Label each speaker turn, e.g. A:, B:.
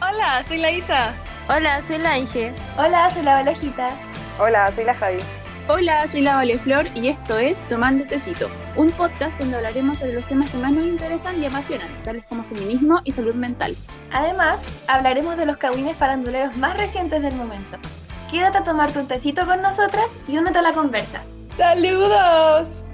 A: Hola, soy la Isa.
B: Hola, soy la Inge.
C: Hola, soy la Balajita.
D: Hola, soy la Javi.
E: Hola, soy la Valeflor y esto es Tomando Tecito, un podcast donde hablaremos sobre los temas que más nos interesan y apasionan, tales como feminismo y salud mental.
C: Además, hablaremos de los cagüines faranduleros más recientes del momento. Quédate a tomar tu tecito con nosotras y únete a la conversa.
A: ¡Saludos!